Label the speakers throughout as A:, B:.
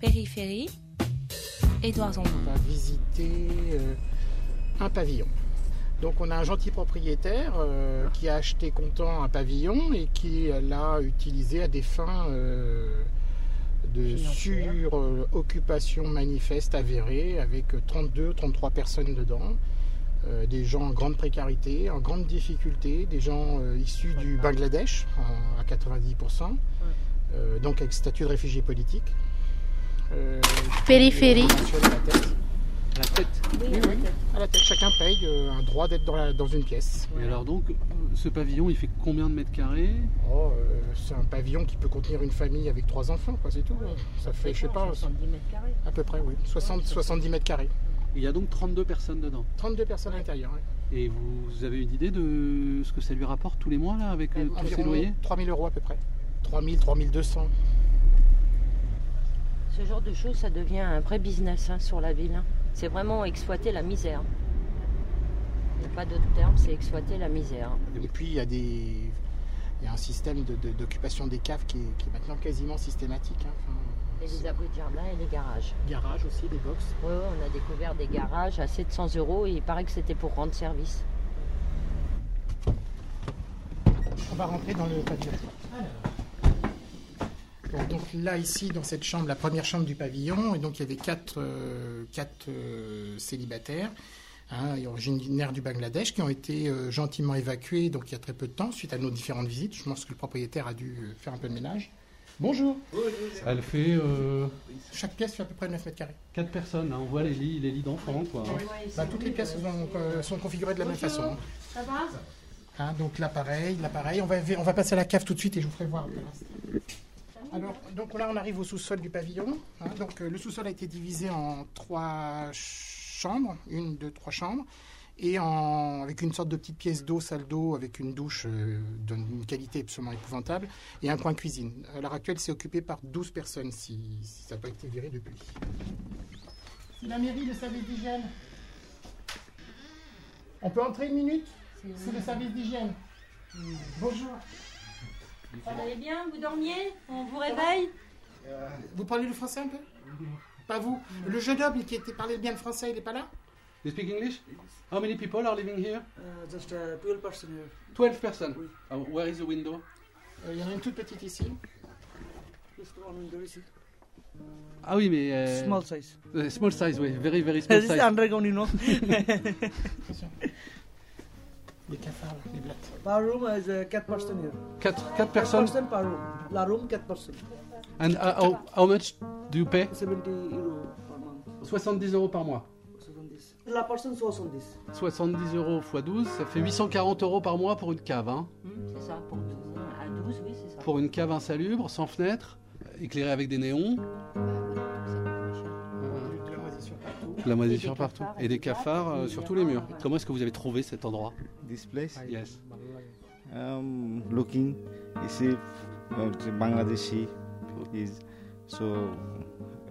A: Périphérie, Édouard Zambon.
B: On va visiter euh, un pavillon. Donc on a un gentil propriétaire euh, qui a acheté comptant un pavillon et qui euh, l'a utilisé à des fins euh, de
C: Financière.
B: sur-occupation manifeste avérée avec 32-33 personnes dedans. Euh, des gens en grande précarité, en grande difficulté, des gens euh, issus du Bangladesh en- à 90%, euh, donc avec statut de réfugié politique. Euh,
A: Périphérie.
B: sur la tête.
C: à la tête.
B: Oui, oui, à la tête, chacun paye euh, un droit d'être dans, la- dans une pièce.
C: Et alors donc, ce pavillon, il fait combien de mètres carrés
B: Oh, euh, c'est un pavillon qui peut contenir une famille avec trois enfants, quoi, c'est tout.
D: Ouais.
B: Ça fait, je sais pas,
D: 70 mètres carrés.
B: à peu près, oui. 60, 70 mètres carrés.
C: Il y a donc 32 personnes dedans.
B: 32 personnes à l'intérieur, ouais.
C: Et vous avez une idée de ce que ça lui rapporte tous les mois là avec euh, tous ces
B: environ
C: loyers
B: 3000 euros à peu près. 3000, 3200.
D: Ce genre de choses, ça devient un vrai business hein, sur la ville. hein. C'est vraiment exploiter la misère. Il n'y a pas d'autre terme, c'est exploiter la misère.
B: Et puis, il y a des. Il y a un système de- de- d'occupation des caves qui est, qui est maintenant quasiment systématique. hein. Enfin,
D: Et les abris de jardin et les garages.
B: garages aussi, des boxes.
D: Oui, oui, on a découvert des garages à 700 euros et il paraît que c'était pour rendre service.
B: On va rentrer dans le pavillon. Bon, donc là, ici, dans cette chambre, la première chambre du pavillon, et donc il y avait quatre, euh, quatre euh, célibataires, hein, et originaires du Bangladesh, qui ont été euh, gentiment évacués, donc il y a très peu de temps, suite à nos différentes visites. Je pense que le propriétaire a dû euh, faire un peu de ménage. Bonjour
C: Elle fait
B: Chaque pièce fait à peu près 9 mètres carrés.
C: 4 personnes. hein. On voit les lits, les lits d'enfants quoi. hein.
B: Bah, toutes les pièces sont, euh, sont configurées de la même façon. hein. Hein, donc là, pareil, là, pareil. On va, on va passer à la cave tout de suite et je vous ferai voir. après. Alors, donc là, on arrive au sous-sol du pavillon. hein. donc euh, le sous-sol a été divisé en trois chambres, une, deux, trois chambres, et en, avec une sorte de petite pièce d'eau, salle d'eau, avec une douche euh, d'une qualité absolument épouvantable, et un coin cuisine. À l'heure actuelle, c'est occupé par 12 personnes, si, si ça n'a pas été viré depuis. C'est la mairie, le service d'hygiène. On peut entrer une minute C'est le service d'hygiène. Bonjour.
E: Vous allez bien Vous dormiez On vous réveille
B: Vous parlez le français un peu Pas vous. Le jeune homme qui était parlé bien le français, il n'est pas là
C: You speak English How many people are living here
F: Uh, just uh, 12 person here.
C: 12 personnes. Ah, where is the window
B: Euh, Il y en a une toute petite ici.
F: Just one window is
C: Ah oui mais euh,
F: Small size.
C: euh, small size, oui, very very small
F: This is
C: size.
F: underground, you know.
B: Les cafards, là, les blattes.
F: per room is uh, 4 person here.
C: 4
F: 4
C: personnes.
F: person per room. La room 4 person.
C: And uh, how, how much do you pay
F: 70 euro per month.
C: 70 euros par mois.
F: So on this. La person so on this.
C: 70 euros x 12, ça fait 840 euros par mois pour une cave. Hein.
D: Hmm, C'est ça, pour 12 hein. À 12, oui, c'est ça.
C: Pour une cave insalubre, sans fenêtre, éclairée avec des néons,
D: Bah oui, ça coûte moins cher.
B: De la moisissure partout.
C: de la moisissure
D: des
C: partout,
D: cafards,
C: et des
D: des blattes,
C: cafards euh,
D: des
C: sur tous les murs.
D: lièvres, ouais.
C: Comment est-ce que vous avez trouvé cet endroit
G: this place
C: Yes.
G: um looking is if uh, the bangladeshi is so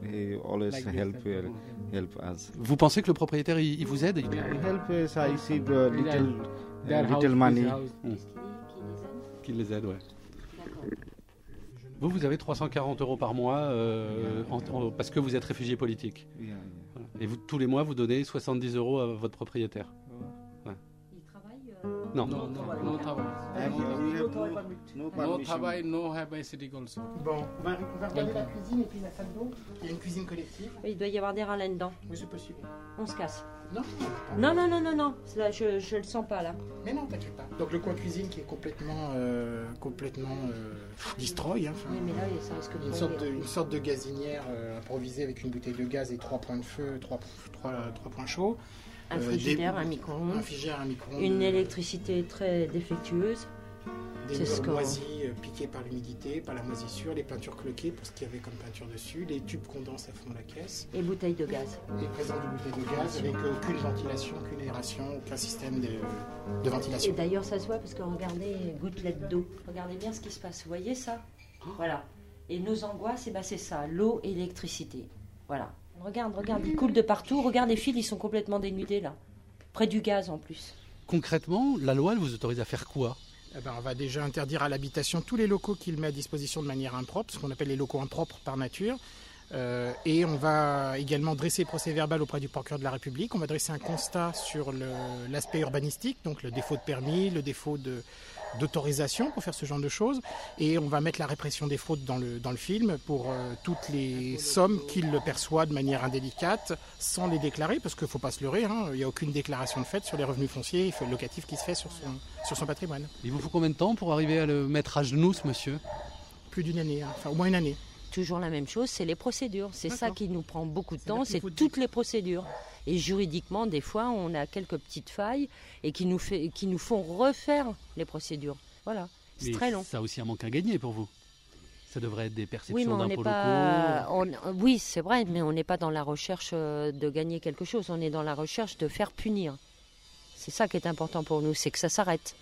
G: he always help uh, help us
C: Vous pensez que le propriétaire, il, il vous aide il-
G: help us i see uh, little uh,
H: Their house,
G: little
H: his
G: money
H: house.
C: Qu'il les aide, ouais. Vous, vous avez 340 euros par mois euh, en- en- parce que vous êtes réfugié politique.
G: yeah, yeah.
C: Voilà. Et vous, tous les mois, vous donnez 70 euros à votre propriétaire.
E: Il travaille
C: Non.
H: No, no, no travail.
G: And
H: No,
G: we have
F: travail
G: no,
F: permit.
G: no
H: no
G: permission
H: travail, no have acidic also.
B: Bon, on va, on va regarder la cuisine et puis la salle d'eau. Il y a une cuisine collective.
D: Il doit y avoir des rats là-dedans.
B: Oui, c'est possible.
D: On se casse.
B: Non,
D: Non, non, non, non, non. Là, je, je le sens pas, là.
B: mais non, t'inquiète pas. Donc le coin cuisine qui est complètement, euh, complètement euh, destroy. hein, enfin,
D: Oui, mais là, ça risque de
B: Une sorte, de,
D: tomber. hein.
B: une sorte de gazinière euh, improvisée avec une bouteille de gaz et trois points de feu, trois, trois- trois points chauds,
D: Un
B: euh,
D: frigidaire,
B: des-
D: un
B: un
D: micro-ondes,
B: frigidaire, un micro-ondes, euh,
D: une électricité très défectueuse.
B: des
D: c'est
B: murs
D: score.
B: moisis euh, piqués par l'humidité, par la moisissure, les peintures cloquées pour ce qu'il y avait comme peinture dessus, les tubes condensent à fond de la caisse,
D: et bouteilles de gaz.
B: les présents de bouteilles de gaz avec euh, aucune ventilation, aucune aération, aucun système de, de
D: Et
B: ventilation.
D: d'ailleurs, ça se voit parce que regardez, gouttelettes d'eau. Regardez bien ce qui se passe. Vous voyez ça Voilà. Et nos angoisses, eh ben, c'est ça l'eau et l'électricité. Voilà. Regarde, regarde, ils coulent de partout. Regarde, les fils, ils sont complètement dénudés là. Près du gaz en plus.
C: Concrètement, la loi, elle vous autorise à faire quoi
B: Eh ben, on va déjà interdire à l'habitation tous les locaux qu'il met à disposition de manière impropre, ce qu'on appelle les locaux impropres par nature. Euh, et on va également dresser procès verbal auprès du procureur de la République. On va dresser un constat sur le- l'aspect urbanistique, donc le défaut de permis, le défaut de- d'autorisation pour faire ce genre de choses. Et on va mettre la répression des fraudes dans le, dans le film pour euh, toutes les sommes qu'il perçoit de manière indélicate sans les déclarer, parce qu'il ne faut pas se leurrer, hein, il n'y a aucune déclaration de fait sur les revenus fonciers et locatifs qui se fait sur son, sur son patrimoine.
C: Il vous faut combien de temps pour arriver à le mettre à genoux, ce monsieur
B: Plus d'une année, hein, enfin au moins une année.
D: Toujours la même chose, c'est les procédures. C'est ça
B: D'accord.
D: qui nous prend beaucoup de
B: C'est-à-dire
D: temps,
B: qu'il
D: c'est
B: faut-
D: toutes les procédures. Et juridiquement, des fois, on a quelques petites failles et qui nous, fait, qui nous font refaire les procédures. Voilà, c'est
C: Mais
D: très long.
C: Ça a aussi un manque à gagner pour vous. Ça devrait être des perceptions
D: Oui, mais on n'est
C: d'impôts
D: pas.
C: locaux.
D: on- oui, c'est vrai, mais on n'est pas dans la recherche euh, de gagner quelque chose. On est dans la recherche de faire punir. C'est ça qui est important pour nous, c'est que ça s'arrête.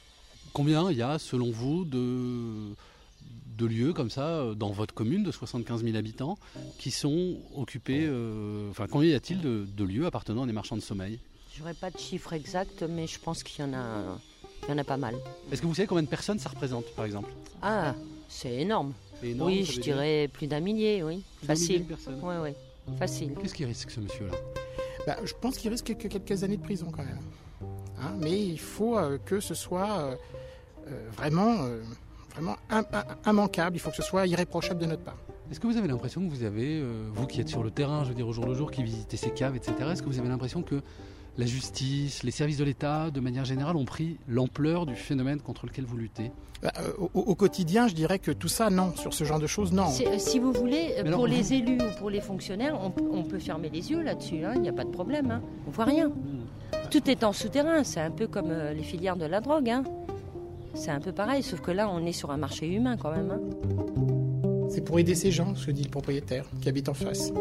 C: Combien il y a, selon vous, de, de lieux comme ça euh, dans votre commune de 75 000 habitants qui sont occupés euh, Enfin, combien y a-t-il de, de lieux appartenant à des marchands de sommeil
D: J'aurais pas de chiffre exact, mais je pense qu'il y en a, il y en a pas mal.
C: Est-ce que vous savez combien de personnes ça représente, par exemple
D: Ah, c'est énorme.
C: C'est énorme,
D: oui,
C: ça
D: je
C: veut dire
D: dirais plus d'un millier, oui.
C: plus d'un millier
D: Facile.
C: de personnes.
D: Oui, oui. Facile.
C: Qu'est-ce qui risque ce monsieur-là
B: Bah, je pense qu'il risque quelques, quelques années de prison quand même. Hein, mais il faut euh, que ce soit euh, euh, vraiment, euh, vraiment im- im- immanquable, il faut que ce soit irréprochable de notre part.
C: Est-ce que vous avez l'impression que vous avez, euh, vous qui êtes sur le terrain, je veux dire au jour le jour, qui visitez ces caves, etc., est-ce que vous avez l'impression que la justice, les services de l'État, de manière générale, ont pris l'ampleur du phénomène contre lequel vous luttez
B: Bah, euh, au, au quotidien, je dirais que tout ça, non. Sur ce genre de choses, non.
D: C'est- euh, Si vous voulez, euh,
C: Mais alors,
D: pour
C: vous-
D: les élus ou pour les fonctionnaires, on, on peut fermer les yeux là-dessus, hein, il n'y a pas de problème. hein. On voit rien. Tout est en souterrain, c'est un peu comme euh, les filières de la drogue. hein. C'est un peu pareil, sauf que là, on est sur un marché humain quand même. hein.
B: C'est pour aider ces gens, ce que dit le propriétaire qui habite en face.